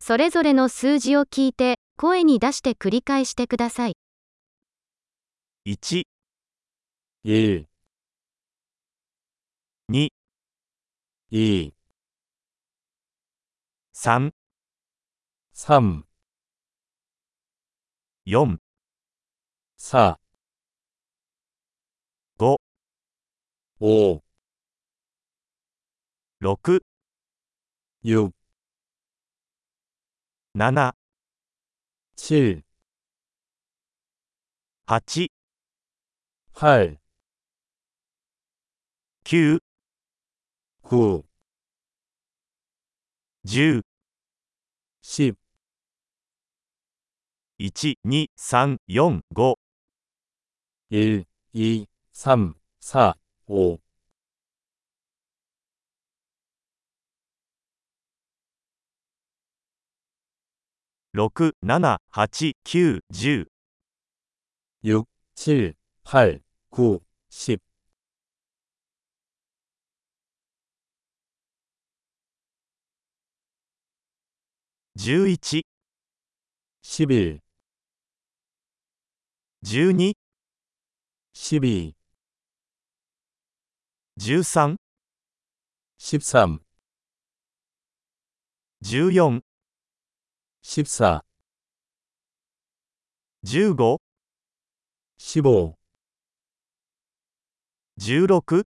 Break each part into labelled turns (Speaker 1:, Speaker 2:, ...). Speaker 1: それぞれの数字を聞いて、声に出して繰り返してください。
Speaker 2: 1、
Speaker 3: 1
Speaker 2: 2、
Speaker 3: 2
Speaker 2: 3、
Speaker 3: 3
Speaker 2: 4、
Speaker 3: 4
Speaker 2: 五
Speaker 3: 5
Speaker 2: 6、
Speaker 3: 6
Speaker 2: 7、
Speaker 3: 7
Speaker 2: 8、
Speaker 3: 8
Speaker 2: 9、
Speaker 3: 9
Speaker 2: 10、
Speaker 3: 10
Speaker 2: 1、2、3、4、5、
Speaker 3: 1 2 3 4 5
Speaker 2: 6、7、8、9、10、
Speaker 3: 6 7 8 9 10
Speaker 2: 11、
Speaker 3: 11 12
Speaker 2: 12、13、
Speaker 3: 13
Speaker 2: 14、
Speaker 3: 14
Speaker 2: 15、
Speaker 3: 15
Speaker 2: 16、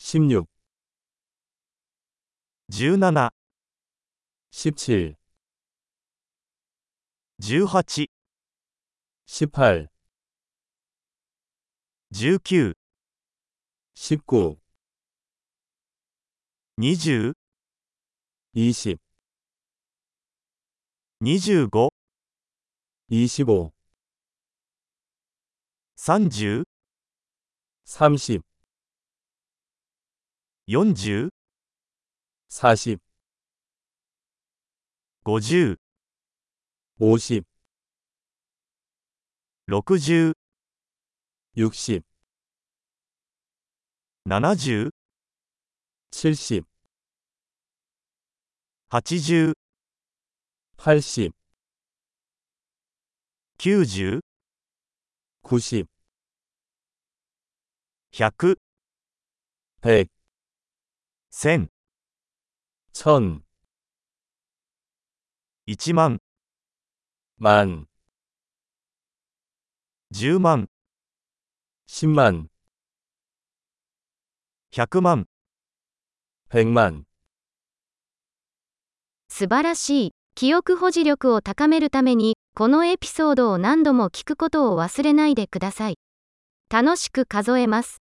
Speaker 3: 16
Speaker 2: 17、
Speaker 3: 17 18
Speaker 2: 18、19、
Speaker 3: 19
Speaker 2: 20、
Speaker 3: 20
Speaker 2: 25、
Speaker 3: 25
Speaker 2: 30、
Speaker 3: 30
Speaker 2: 40、
Speaker 3: 40
Speaker 2: 50、
Speaker 3: 50
Speaker 2: 60、
Speaker 3: 60
Speaker 2: 70、
Speaker 3: 70
Speaker 2: 80、
Speaker 3: 80
Speaker 2: 90、
Speaker 3: 90
Speaker 2: 100、
Speaker 3: 100
Speaker 2: 1000、
Speaker 3: 1000
Speaker 2: 1万、
Speaker 3: 만
Speaker 2: 10万、
Speaker 3: 10만
Speaker 2: 100万、
Speaker 3: 100만
Speaker 1: 素晴らしい。記憶保持力を高めるために、このエピソードを何度も聞くことを忘れないでください。楽しく数えます。